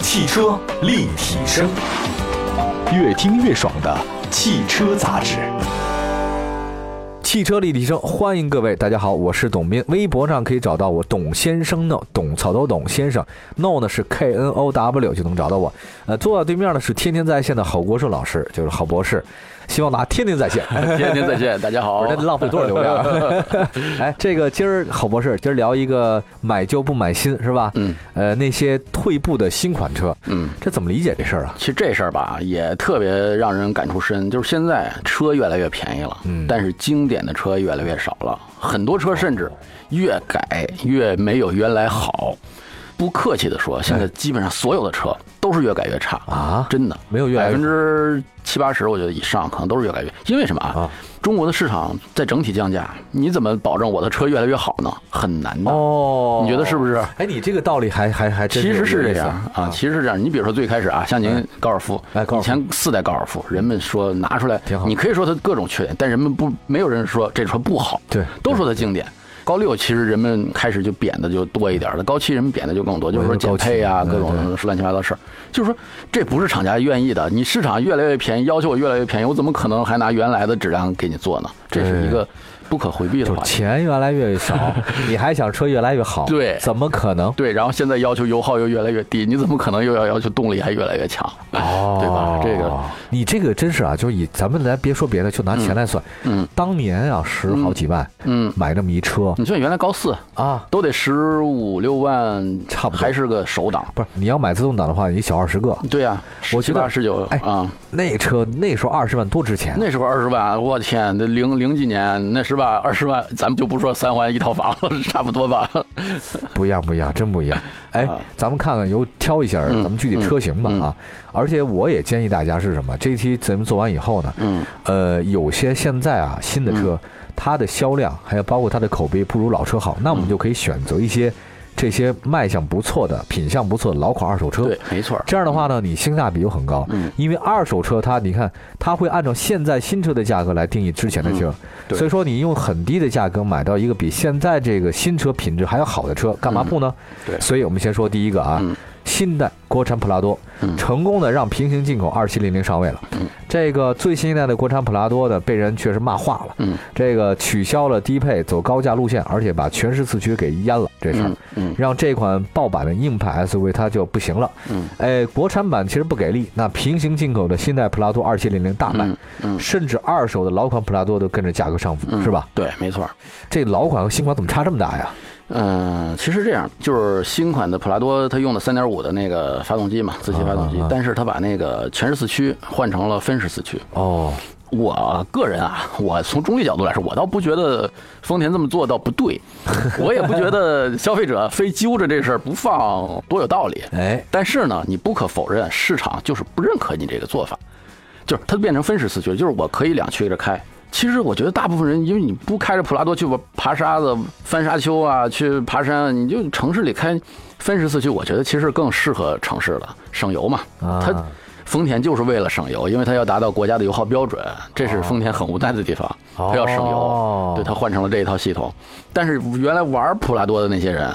汽车立体声，越听越爽的汽车杂志。汽车立体声，欢迎各位，大家好，我是董斌。微博上可以找到我，董先生 no，董草头董先生 no 呢是 K N O W 就能找到我。呃，坐在对面的是天天在线的郝国寿老师，就是郝博士，希望大家天天在线。 天天再见，大 家好不。是，那浪费多少流量？ 哎，这个今儿郝博士，今儿聊一个买旧不买新是吧？嗯，呃，那些退步的新款车，嗯，这怎么理解这事儿啊？其实这事儿吧，也特别让人感触深，就是现在车越来越便宜了，嗯但是经典的车越来越少了，很多车甚至越改越没有原来好。不客气的说，现在基本上所有的车都是越改越差啊真的没有越来百越分之七八十，我觉得以上可能都是越改越。因为什么啊？啊中国的市场在整体降价，你怎么保证我的车越来越好呢？很难的。哦你觉得是不是？哎，你这个道理还还还真其实是有这意思样啊，其实是这样。你比如说最开始啊，像您高尔夫哎高，尔以夫前四代高尔夫，人们说拿出来挺好，你可以说它各种缺点，但人们不没有人说这车不好，对都说它经典。高六其实人们开始就贬的就多一点了，高七人们贬的就更多，就是说减配啊，我觉各得高七嗯种乱七八糟事儿。就是说这不是厂家愿意的，你市场越来越便宜，要求我越来越便宜，我怎么可能还拿原来的质量给你做呢？这是一个不可回避的就是话题。钱越来越少， 你还想车越来越好，对怎么可能？对，然后现在要求油耗又越来越低，你怎么可能又要要求动力还越来越强？哦哎对吧这个你这个真是啊，就是以咱们来别说别的，就拿钱来算，嗯当年啊十好几万，嗯，买那么一车你像原来高四啊，都得十五六万，差不多还是个手挡。不是你要买自动挡的话，你小二十个，对呀、我觉1七得八十九哎啊，那车那时候二十万多值钱啊，那时候二十万，我天，那零零几年那是吧？二十万，咱们就不说三环一套房了，差不多吧？不一样，不一样，真不 一样。哎啊，咱们看看，由挑一下儿嗯咱们具体车型吧嗯啊。而且我也建议大家是什么？这一期咱们做完以后呢，嗯，呃，有些现在啊新的车，它的销量还有包括它的口碑不如老车好，那我们就可以选择一些这些卖相不错的、品相不错的老款二手车。对，没错儿。这样的话呢，你性价比又很高，嗯因为二手车它，你看它会按照现在新车的价格来定义之前的车，嗯对所以说你用很低的价格买到一个比现在这个新车品质还要好的车，干嘛不呢？嗯对所以我们先说第一个啊，嗯新代国产普拉多，嗯成功的让平行进口二七零零上位了，嗯这个最新一代的国产普拉多呢，被人确实骂化了，嗯这个取消了低配，走高价路线，而且把全时四驱给淹了，这事儿。嗯嗯让这款爆版的硬派 SUV 它就不行了，嗯哎，国产版其实不给力，那平行进口的新代普拉多二七零零大卖，嗯嗯，甚至二手的老款普拉多都跟着价格上浮，嗯是吧？？对，没错儿。这老款和新款怎么差这么大呀？嗯，其实这样就是新款的普拉多，它用的三点五的那个发动机嘛，自吸发动机啊啊啊，但是它把那个全时四驱换成了分时四驱。哦，我个人啊， 我从中立角度来说，我倒不觉得丰田这么做倒不对，我也不觉得消费者非揪着这事儿不放多有道理。哎，但是呢，你不可否认，市场就是不认可你这个做法，就是它变成分时四驱，就是我可以两驱着开。其实我觉得大部分人，因为你不开着普拉多去爬沙子、翻沙丘啊，去爬山，你就城市里开分时四驱，我觉得其实更适合城市了，省油嘛。啊它丰田就是为了省油，因为它要达到国家的油耗标准，这是丰田很无奈的地方，啊哦它要省油，对，它换成了这一套系统。但是原来玩普拉多的那些人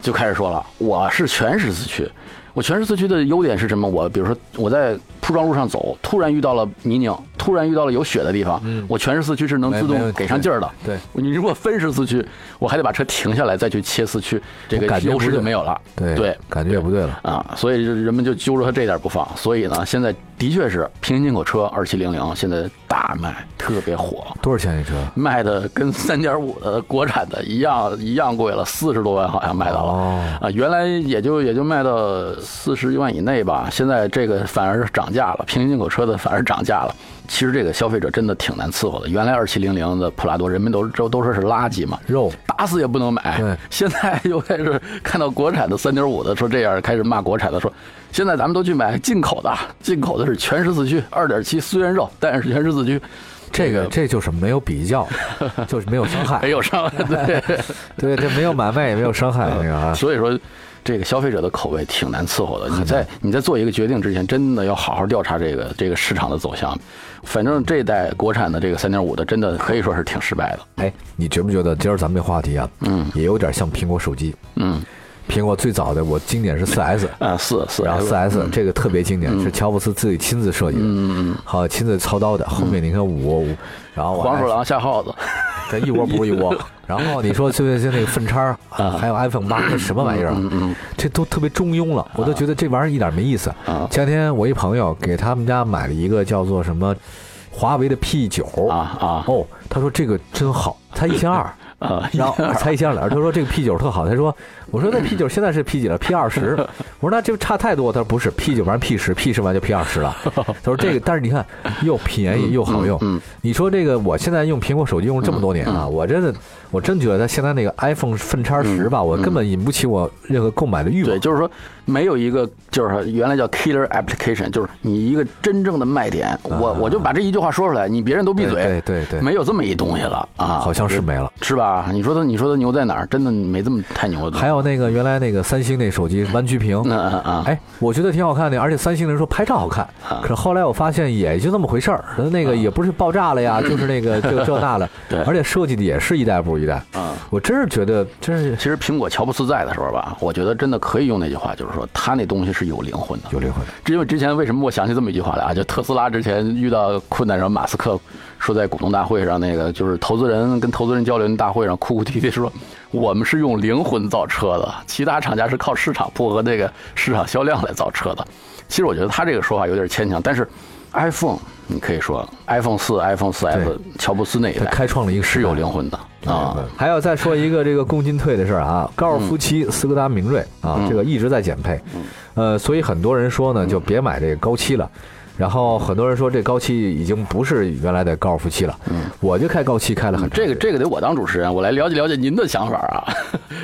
就开始说了，我是全时四驱，我全时四驱的优点是什么？我比如说我在铺装路上走，突然遇到了泥泞，突然遇到了有雪的地方，我全时四驱是能嗯没自没动问题给上劲儿的。对你如果分时四驱，我还得把车停下来再去切四驱，这我个感觉优不势对就没有了。对对，感觉也不对了。啊，所以人们就揪着他这点不放。所以呢，现在的确是平行进口车二七零零现在大卖，特别火，多少钱一车？卖的跟三点五的国产的一样一样贵了，四十多万好像卖到了。哦啊，原来也就也就卖到四十一万以内吧，现在这个反而涨价了，平行进口车的反而涨价了。其实这个消费者真的挺难伺候的。原来二七零零的普拉多，人们都都都说是垃圾嘛，肉打死也不能买。对现在又开始看到国产的三点五的说这样，开始骂国产的说，现在咱们都去买进口的，进口的是全时四驱，二点七虽然肉，但是全时四驱这个哎这就是没有比 较，就是没有伤害没，有上。对，对，这没有买卖也没有伤害，那个啊， 所以说。这个消费者的口味挺难伺候的，你在你在做一个决定之前，真的要好好调查这个这个市场的走向。反正这代国产的这个三点五的，真的可以说是挺失败的。哎，你觉不觉得今儿咱们这话题啊，嗯也有点像苹果手机？嗯，苹果最早的我经典是四 S， 啊，是是，然后四 S 这个特别经典，是乔布斯自己亲自设计的，嗯嗯嗯好亲自操刀的。后面你看五，五然后嗯，我黄鼠还狼下耗子，跟一窝不如一 窝。然后你说就就那个粪叉儿，啊还有 iPhone 八，这什么玩意儿啊？嗯嗯这都特别中庸了，我都觉得这玩意儿一点没意思。啊前两天我一朋友给他们家买了一个叫做什么华为的 P 九啊啊哦，他说这个真好，才一千二， 啊，然后才一千二，他说这个 P 九特好，他说我说那 P 九现在是 P 几了？P 二十，我说那这差太多，他说不是 P 九完 P 十，P 十完就 P 二十 了，他说这个，但是你看又便宜又好用，嗯嗯嗯你说这个我现在用苹果手机用了这么多年啊，我真的我真觉得现在那个 iPhone 分叉十吧，我根本引不起我任何购买的欲望嗯对，。就是说没有一个就是原来叫 killer application，就是你一个真正的卖点。我我就把这一句话说出来，你别人都闭嘴。对对对对没有这么一东西了啊，好像是没了。是吧？你说的你说的牛在哪儿？真的没这么太牛的东西。还有那个原来那个三星那手机弯曲屏，嗯嗯嗯，，哎，我觉得挺好看的，而且三星人说拍照好看，可是后来我发现也就那么回事儿，那个也不是爆炸了呀，就是那个这这那了啊 对而且设计的也是一代不如一代啊。我真是觉得，真是其实苹果乔布斯在的时候吧，我觉得真的可以用那句话，就是说他那东西是有灵魂的。有灵魂。因为之前为什么我想起这么一句话来啊？就特斯拉之前遇到困难，然后马斯克说在股东大会上那个就是投资人跟投资人交流的大会上哭哭啼啼说，我们是用灵魂造车的，其他厂家是靠市场部和这个市场销量来造车的。其实我觉得他这个说法有点牵强，但是 iPhone 你可以说 iPhone 四、iPhone 四 S，乔布斯那一他代开创了一个是时代嗯有灵魂的啊。还有再说一个这个共进退的事儿啊，高尔夫七嗯斯柯达明锐啊，这个一直在减配，呃，所以很多人说嗯呢，就别买这个高七了。然后很多人说这高七已经不是原来的高尔夫七了，我就开高七开了很嗯啊这个这个得我当主持人，我来了解了解您的想法啊，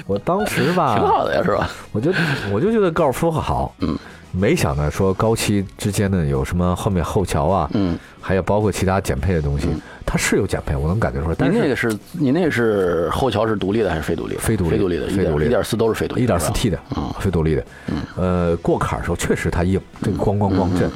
我当时吧，挺好的呀，是吧？我就 我就觉得高尔夫好，嗯，没想到说高七之间呢有什么后面后桥啊，嗯，还有包括其他减配的东西，它是有减配，我能感觉出来，但您那是个是，您那个是后桥是独立的还是非独立的？非独立非独立的，非独立一点四都是非独立的，一点四 T 的嗯，嗯非独立的，呃，过坎儿时候确实它硬，这个咣咣咣震，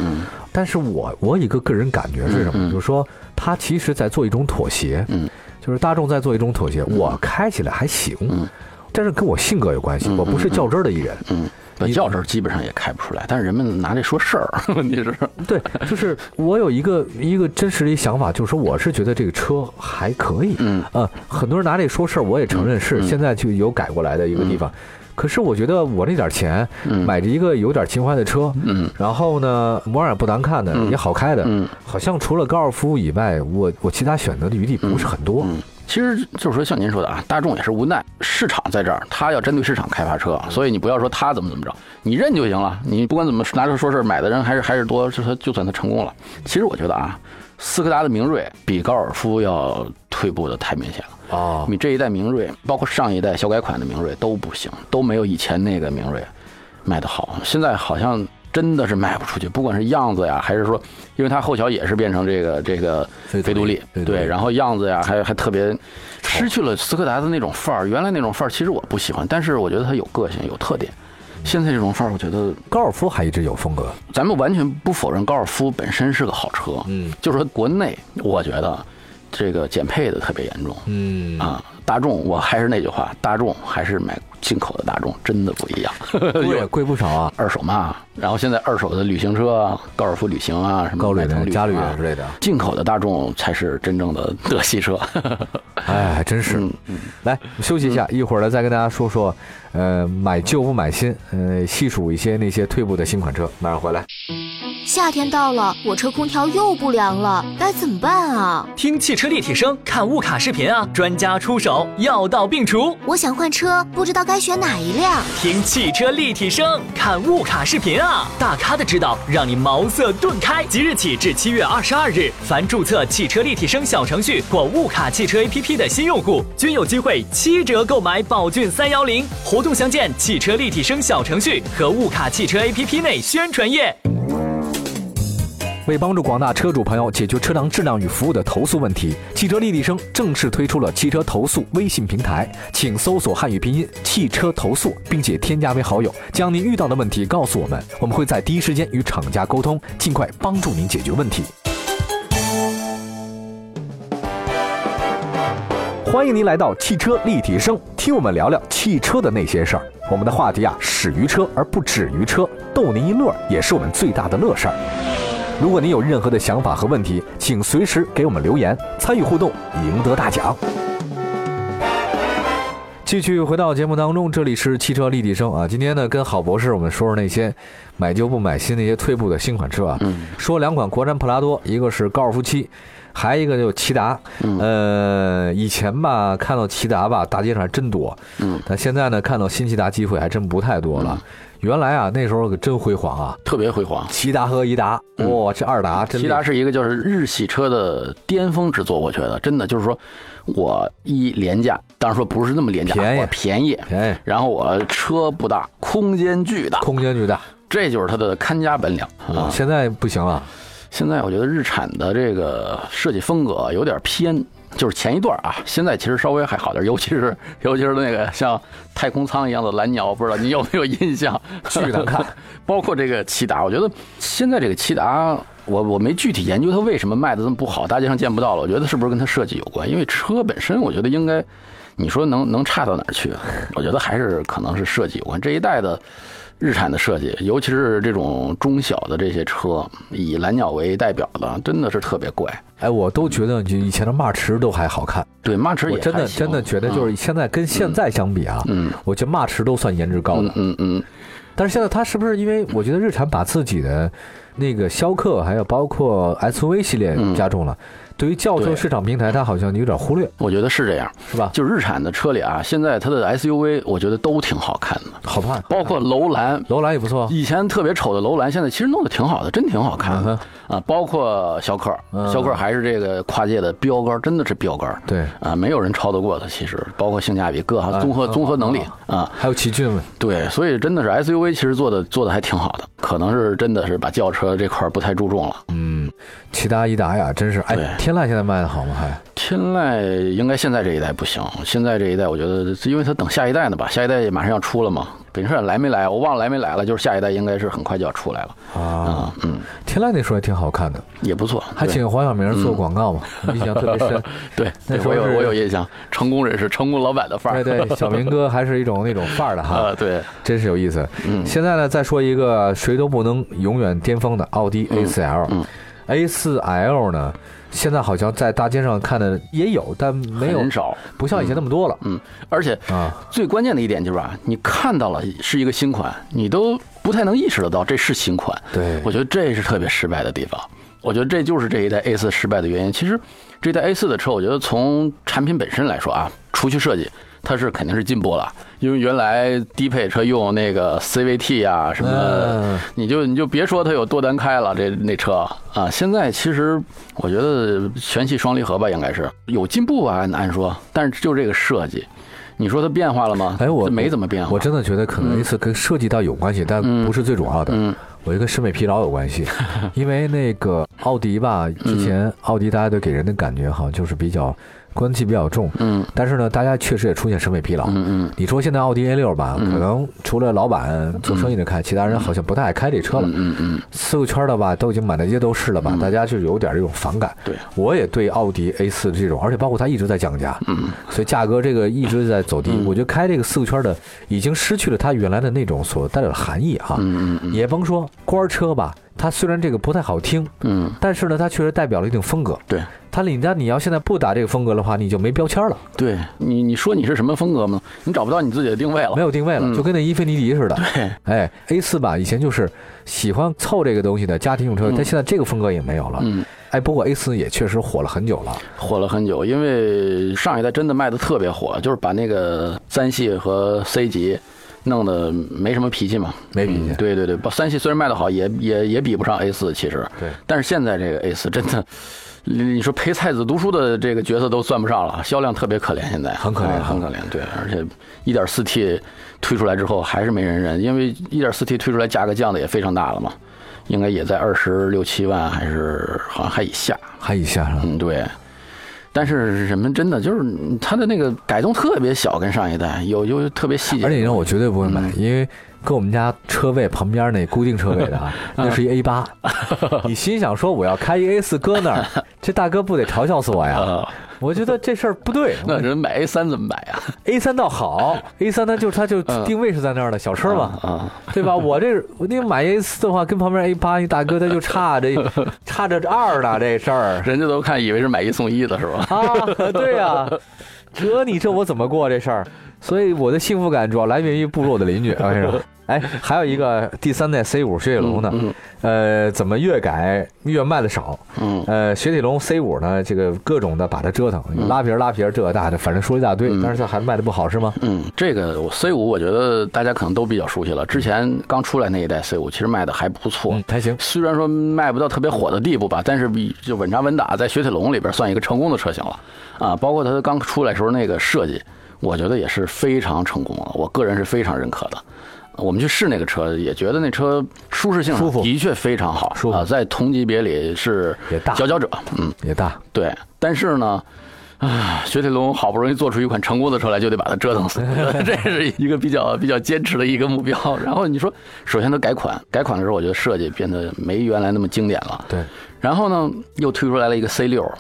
但是我我一个个人感觉是什么？就是说它其实在做一种妥协，嗯就是大众在做一种妥协，我开起来还行，嗯但是跟我性格有关系，我不是较真儿的一人，是吧。嗯，那轿车基本上也开不出来，但是人们拿这说事儿， 问题是，对，就是我有一个一个真实的想法，就是说我是觉得这个车还可以，嗯呃，很多人拿这说事儿，我也承认是、现在就有改过来的一个地嗯方。可是我觉得我那点儿钱、买着一个有点情怀的车，嗯，然后呢模样也不难看的，也好开的，嗯好像除了高尔夫以外，我我其他选择的余地不是很多。嗯，其实就是说像您说的啊，大众也是无奈，市场在这儿，他要针对市场开发车，所以你不要说他怎么怎么着，你认就行了。你不管怎么拿着说事儿，买的人还是还是多，就他就算他成功了。其实我觉得啊，斯柯达的明锐比高尔夫要退步的太明显了。哦你这一代明锐，包括上一代小改款的明锐都不行，都没有以前那个明锐卖的好。现在好像真的是卖不出去，不管是样子呀，还是说，因为它后桥也是变成这个这个非非独独立立，非独立对，然后样子呀，还还特别失去了斯柯达的那种范儿。原来那种范儿其实我不喜欢，但是我觉得它有个性，有特点。现在这种范儿，我觉得高尔夫还一直有风格，咱们完全不否认高尔夫本身是个好车，嗯，就说国内，我觉得这个减配的特别严重，嗯啊，大众，我还是那句话，大众还是买进口的大众，真的不 一样。贵贵不少啊，二手嘛，然后现在二手的旅行车啊，高尔夫旅行啊，什么高迈旅腾的、旅嘉旅行啊之类的。进口的大众才是真正的德 系车。哎，还真是。嗯来休息一下，一会儿呢再跟大家说说，呃，买旧不买新，呃，细数一些那些退步的新款车。马上回来，夏天到了，我车空调又不凉了，该怎么办啊？听汽车立体声，看雾卡视频啊，专家出手，药到病除。我想换车，不知道该选哪一辆。听汽车立体声，看雾卡视频啊，大咖的指导让你茅塞顿开。即日起至七月二十二日，凡注册汽车立体声小程序或雾卡汽车 APP 的新用户，均有机会七折购买宝骏三幺零。活动详见汽车立体声小程序和雾卡汽车 APP 内宣传页。为帮助广大车主朋友解决车辆质量与服务的投诉问题，汽车立体声正式推出了汽车投诉微信平台，请搜索汉语拼音“汽车投诉”，并且添加为好友，将您遇到的问题告诉我们，我们会在第一时间与厂家沟通，尽快帮助您解决问题。欢迎您来到汽车立体声，听我们聊聊汽车的那些事儿。我们的话题啊，始于车而不止于车，逗您一乐也是我们最大的乐事儿。如果您有任何的想法和问题，请随时给我们留言，参与互动，赢得大奖。继续回到节目当中，这里是汽车立体声啊。今天呢，跟郝博士我们说说那些买旧不买新那些退步的新款车啊。嗯说两款国产普拉多，一个是高尔夫七，还有一个就是骐达。嗯呃，以前吧看到骐达吧，大街上还真多，嗯，但现在呢看到新骐达机会还真不太多了。原来啊那时候可真辉煌啊，特别辉煌。骐达和颐达，哇、这二达真骐厉害嗯达是一个就是日系车的巅峰之作，我觉得真的就是说，我一廉价，当然说不是那么廉价，便宜我便宜，便宜，然后我车不大，空间巨大，哎空间巨大。这就是它的看家本领啊啊。现在不行 了，现在我觉得日产的这个设计风格有点偏，就是前一段啊，现在其实稍微还好点，尤其是尤其是那个像太空舱一样的蓝鸟，不知道你有没有印象？巨难看，包括这个骐达，我觉得现在这个骐达，我我没具体研究它为什么卖的这么不好，大街上见不到了。我觉得是不是跟它设计有关？因为车本身，我觉得应该，你说能能差到哪儿去？我觉得还是可能是设计有关。这一代的日产的设计，尤其是这种中小的这些车，以蓝鸟为代表的，真的是特别怪。哎，我都觉得就以前的马驰都还好看，对，迈驰我也真的还行真的觉得就是现在跟现在相比啊，嗯我觉得马驰都算颜值高嗯的。嗯嗯，但是现在它是不是因为我觉得日产把自己的那个逍客还有包括 SUV 系列嗯加重了，对于轿车对市场平台它好像有点忽略，我觉得是这样。是吧？就日产的车里啊，现在它的 SUV 我觉得都挺好看的，好看，包括楼兰，楼兰也不错，啊以前特别丑的楼兰，现在其实弄得挺好的，真挺好看的嗯、啊！包括逍客，嗯逍客还是这个跨界的标杆，真的是标杆。对啊，没有人超得过它。其实，包括性价比各行哎综合嗯综合能力啊，还有奇骏嘛，对，所以真的是 SUV 其实做的做的还挺好的，可能是真的是把轿车这块儿不太注重了。嗯骐达、颐达呀，真是对哎，天籁现在卖的好吗？还天籁应该现在这一代不行，现在这一代我觉得，因为它等下一代呢吧，下一代马上要出了嘛。本身来没来，我忘了来没来了，就是下一代应该是很快就要出来了啊啊，，嗯，天籁那时候也挺好看的，也不错，还对嗯请黄晓明做广 告嘛，我印象特别深。对，那对时候我有是我有印象，成功人士、成功老板的范对儿。 对，小明哥还是一种那种范儿的哈啊，，对，真是有意思。嗯现在呢，再说一个谁都不能永远巅峰的奥迪 A4L。嗯 A4L 呢，现在好像在大街上看的也有，但没有很，少，不像以前那么多了、嗯，而且哎啊。最关键的一点就是啊，你看到了是一个新款，你都不太能意识得到这是新款。对我觉得这是特别失败的地方。我觉得这就是这一代 A 4失败的原因。其实，这代 A 4的车，我觉得从产品本身来说啊，除去设计，它是肯定是进步了。因为原来低配车用那个 CVT 啊什么嗯你就你就别说它有多难开了，这那车啊，现在其实我觉得全系双离合吧，应该是有进步啊，按按说，但是就这个设计，你说它变化了吗？哎，我这没怎么变化，我真的觉得可能一次跟设计倒有关系，但不是最主要的。嗯我觉得跟审美疲劳有关 系，因为那个奥迪吧，嗯之前奥迪大家都给人的感觉好像就是比较关系比较重，嗯但是呢，大家确实也出现审美疲劳。嗯嗯你说现在奥迪 A 六吧，可能除了老板做生意的开，其他人好像不太爱开这车了。嗯嗯，四个圈的吧，都已经满大街都是了吧，大家就有点这种反感。对，我也对奥迪 A 四这种，而且包括它一直在降价，嗯，所以价格这个一直在走嗯低。我觉得开这个四个圈的已经失去了它原来的那种所带有的含义哈。嗯嗯嗯也甭说官儿车吧，它虽然这个不太好听，嗯，但是呢，它确实代表了一定风格。对。它你但你要现在不打这个风格的话，你就没标签了，对你，你说你是什么风格吗？你找不到你自己的定位了。没有定位了，嗯就跟那英菲尼迪 似的。对，哎，A 四吧，以前就是喜欢凑这个东西的家庭用车，嗯但现在这个风格也没有了。嗯，哎，不过 A 四也确实火了很久了。火了很久，因为上一代真的卖的特别火，就是把那个三系和 C 级弄得没什么脾气嘛，没脾气嗯对对对，把三系虽然卖的好，也也也比不上 A 四，其实对但是现在这个 A 四真的，你你说陪菜子读书的这个角色都算不上了，销量特别可怜，现在很可怜啊很可怜。对，而且一点四 T 推出来之后还是没人认，因为一点四 T 推出来价格降的也非常大了嘛，应该也在二十六七万，还是好像还以下。还以下啊上，嗯，对。但是什么真的就是它的那个改动特别小，跟上一代有有特别细节，而且你让我绝对不会买，嗯因为跟我们家车位旁边那固定车位的 啊，那是一 A 八。嗯 你心想说我要开一 A 四搁那儿，这大哥不得嘲笑死我呀？呃，我觉得这事儿不对。那人买 A 三怎么买啊？ A 三倒好，A 三它就是它就嗯定位是在那儿的小车嘛，啊，对吧？我这我那买 A 四的话，跟旁边 A 八一大哥他就差 这差着二呢这事儿人家都看以为是买一送一的是吧？啊，对呀、这你这我怎么过这事儿？所以我的幸福感主要来源于部落的邻居，我跟你说。哎，还有一个第三代 C 五雪铁龙呢，呃，怎么越改越卖的少？嗯呃，雪铁龙 C 五呢，这个各种的把它折腾，拉皮儿拉皮儿，这个那的，反正说一大堆，但是它还卖的不好是吗？嗯，这个 C 五我觉得大家可能都比较熟悉了。之前刚出来那一代 C 五其实卖的还不错，嗯，还行。虽然说卖不到特别火的地步吧，但是比就稳扎稳打，在雪铁龙里边算一个成功的车型了啊。包括它刚出来时候那个设计，我觉得也是非常成功了，我个人是非常认可的。我们去试那个车，也觉得那车舒适性舒服的确非常好，舒服啊，在同级别里是也大佼佼者，嗯，也大，对。但是呢，啊，雪铁龙好不容易做出一款成功的车来，就得把它折腾死，我觉 得这是一个比较比较坚持的一个目标。然后你说，首先它改款，改款的时候我觉得设计变得没原来那么经典了，对，然后呢，又推出来了一个 C 六。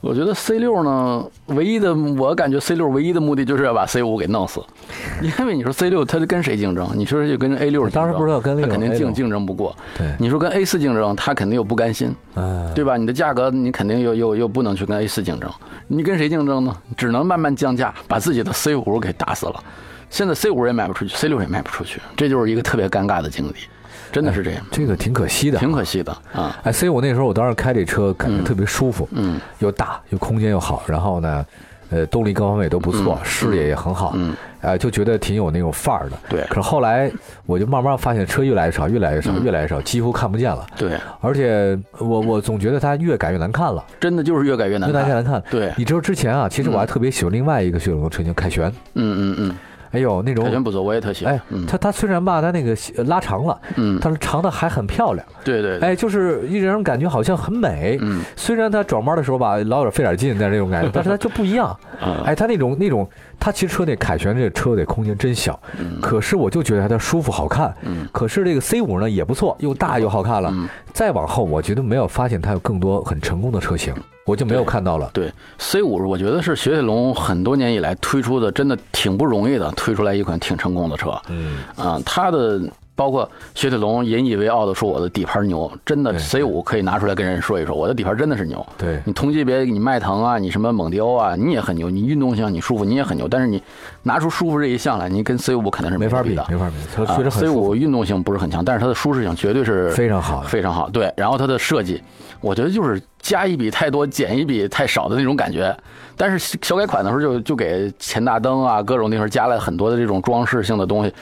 我觉得 C 六呢，唯一的我感觉 C 六唯一的目的就是要把 C 五给弄死， 因为你说 C 六它跟谁竞争？你说就跟 A 六，当然不知道跟那它种肯定 A6 竞竞争不过。对你说跟 A 四竞争，它肯定又不甘心，嗯、对吧？你的价格你肯定又又又不能去跟 A 四竞争，你跟谁竞争呢？只能慢慢降价，把自己的 C 五给打死了。现在 C 五也卖不出去，C 六也卖不出去，这就是一个特别尴尬的境地，真的是这样，这个挺可惜的。挺可惜的啊。哎，所以我那时候我当时开这车感觉特别舒服，嗯，又大又空间又好，然后呢，呃，动力各方面也都不错，视野也很好，嗯，呃，就觉得挺有那种范儿的。对嗯可是后来我就慢慢发现车越来越少，越来越少，越来越少，几乎看不见了。对，而且我嗯我总觉得它越改越难看了，真的就是越改越难越看。改越难看。嗯对，嗯你知道之前啊，其实我还特别喜欢另外一个雪铁龙的车型凯旋，嗯嗯嗯，哎呦那凯旋种，不错，我也特喜欢。哎嗯，它它虽然吧，它那个呃拉长了，嗯，但是长的还很漂亮。对对，对，哎，就是一人感觉好像很美，嗯虽然它转弯的时候吧，老有点费点劲，但是那种感 觉，但是它就不一样。啊，哎，它那种那种，它其实车那凯旋这车的空间真小，可是我就觉得它舒服好看。嗯可是这个 C 五呢也不错，又大又好看了。嗯再往后，我觉得没有发现它有更多很成功的车型，我就没有对看到了。对，C 五我觉得是雪铁龙很多年以来推出的，真的挺不容易的，推出来一款挺成功的车。嗯，啊，它的包括雪铁龙引以为傲的说我的底盘牛，真的对 C 五可以拿出来跟人说一说，我的底盘真的是牛。对你同级别，你迈腾啊，你什么蒙迪欧啊，你也很牛，你运动性你舒服你也很牛，但是你拿出舒服这一项来，你跟 C 五肯定是没法比的，啊没法比，它确实很 C 舒服，五运动性不是很强，但是它的舒适性绝对是非常好非常好。对，然后它的设计，我觉得就是加一笔太多，减一笔太少的那种感觉。但是小改款的时候就就给前大灯啊各种地方加了很多的这种装饰性的东西，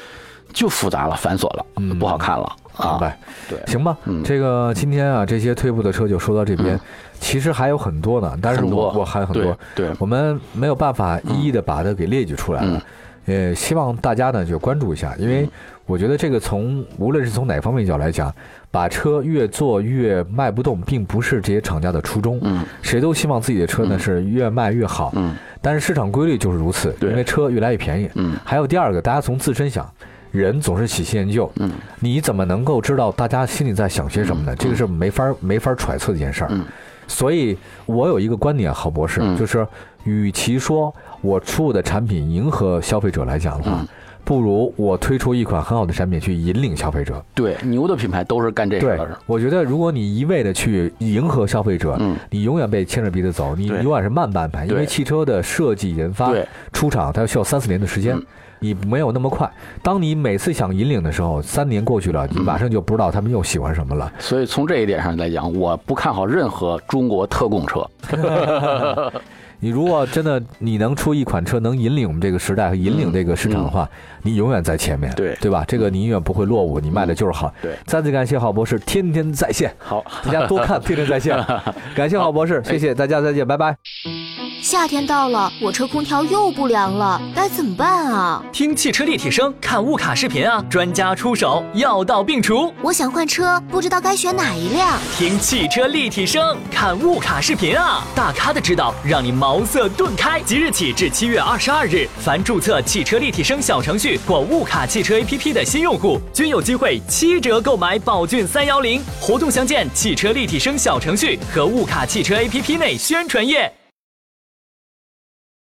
就复杂了，繁琐了，嗯不好看了明啊。白。对，行吧，嗯这个今天啊，这些退步的车就说到这边，其实还有很多呢，但是很我多我还有很多，对嗯对我们没有办法一一的把它给列举出来了。呃，希望大家呢就关注一下，因嗯为我觉得这个从无论是从哪方面角来讲，把车越做越卖不动，并不是这些厂家的初衷。嗯，谁都希望自己的车呢是越卖越好。嗯，但是市场规律就是如此，对因为车越来越便宜。嗯还有第二个，大家从自身想，人总是喜新厌旧。嗯，你怎么能够知道大家心里在想些什么呢？这个是没法没法揣测的一件事儿。嗯所以我有一个观点，郝博士，嗯就是与其说我出的产品迎合消费者来讲的话，嗯不如我推出一款很好的产品去引领消费者。对，牛的品牌都是干这事对儿的。，我觉得如果你一味的去迎合消费者，嗯你永远被牵着鼻子走，你对永远是慢半拍，因为对汽车的设计研发对嗯出厂它需要三四年的时间。你没有那么快。当你每次想引领的时候，三年过去了，你马上就不知道他们又喜欢什么了。所以从这一点上来讲，我不看好任何中国特供车。你如果真的你能出一款车能引领我们这个时代和引领这个市场的话，你永远在前面，嗯对嗯对吧？这个你永远不会落伍，你卖的就是好。对再次感谢郝博士，天天在线，好，大家多 看天天在线，感谢郝博士，谢谢大家，再见，拜拜。夏天到了，我车空调又不凉了，该怎么办啊？听汽车立体声，看物卡视频啊，专家出手，药到病除。我想换车，不知道该选哪一辆。听汽车立体声，看物卡视频啊，大咖的指导让你茅塞顿开。即日起至七月二十二日，凡注册汽车立体声小程序或物卡汽车 APP 的新用户，均有机会七折购买宝骏三幺零。活动详见汽车立体声小程序和物卡汽车 APP 内宣传页。